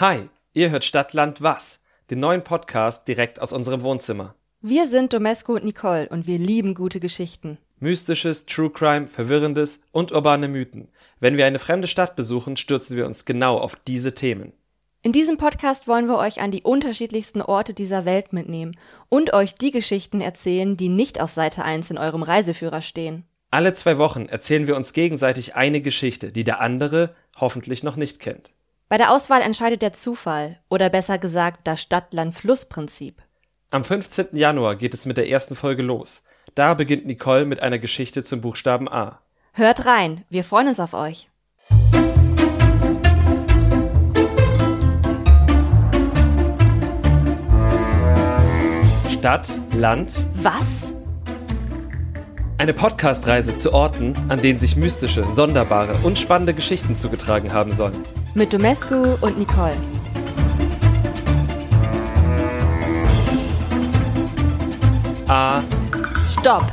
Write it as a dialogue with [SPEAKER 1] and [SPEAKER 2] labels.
[SPEAKER 1] Hi, ihr hört Stadtland was? Den neuen Podcast direkt aus unserem Wohnzimmer.
[SPEAKER 2] Wir sind Domesco und Nicole und wir lieben gute Geschichten.
[SPEAKER 1] Mystisches, True Crime, Verwirrendes und urbane Mythen. Wenn wir eine fremde Stadt besuchen, stürzen wir uns genau auf diese Themen.
[SPEAKER 2] In diesem Podcast wollen wir euch an die unterschiedlichsten Orte dieser Welt mitnehmen und euch die Geschichten erzählen, die nicht auf Seite 1 in eurem Reiseführer stehen.
[SPEAKER 1] Alle zwei Wochen erzählen wir uns gegenseitig eine Geschichte, die der andere hoffentlich noch nicht kennt.
[SPEAKER 2] Bei der Auswahl entscheidet der Zufall oder besser gesagt das Stadt-Land-Fluss-Prinzip.
[SPEAKER 1] Am 15. Januar geht es mit der ersten Folge los. Da beginnt Nicole mit einer Geschichte zum Buchstaben A.
[SPEAKER 2] Hört rein, wir freuen uns auf euch.
[SPEAKER 1] Stadt, Land,
[SPEAKER 2] Was?
[SPEAKER 1] eine Podcast-Reise zu Orten, an denen sich mystische, sonderbare und spannende Geschichten zugetragen haben sollen.
[SPEAKER 2] Mit Domescu und Nicole.
[SPEAKER 1] A,
[SPEAKER 2] Stopp!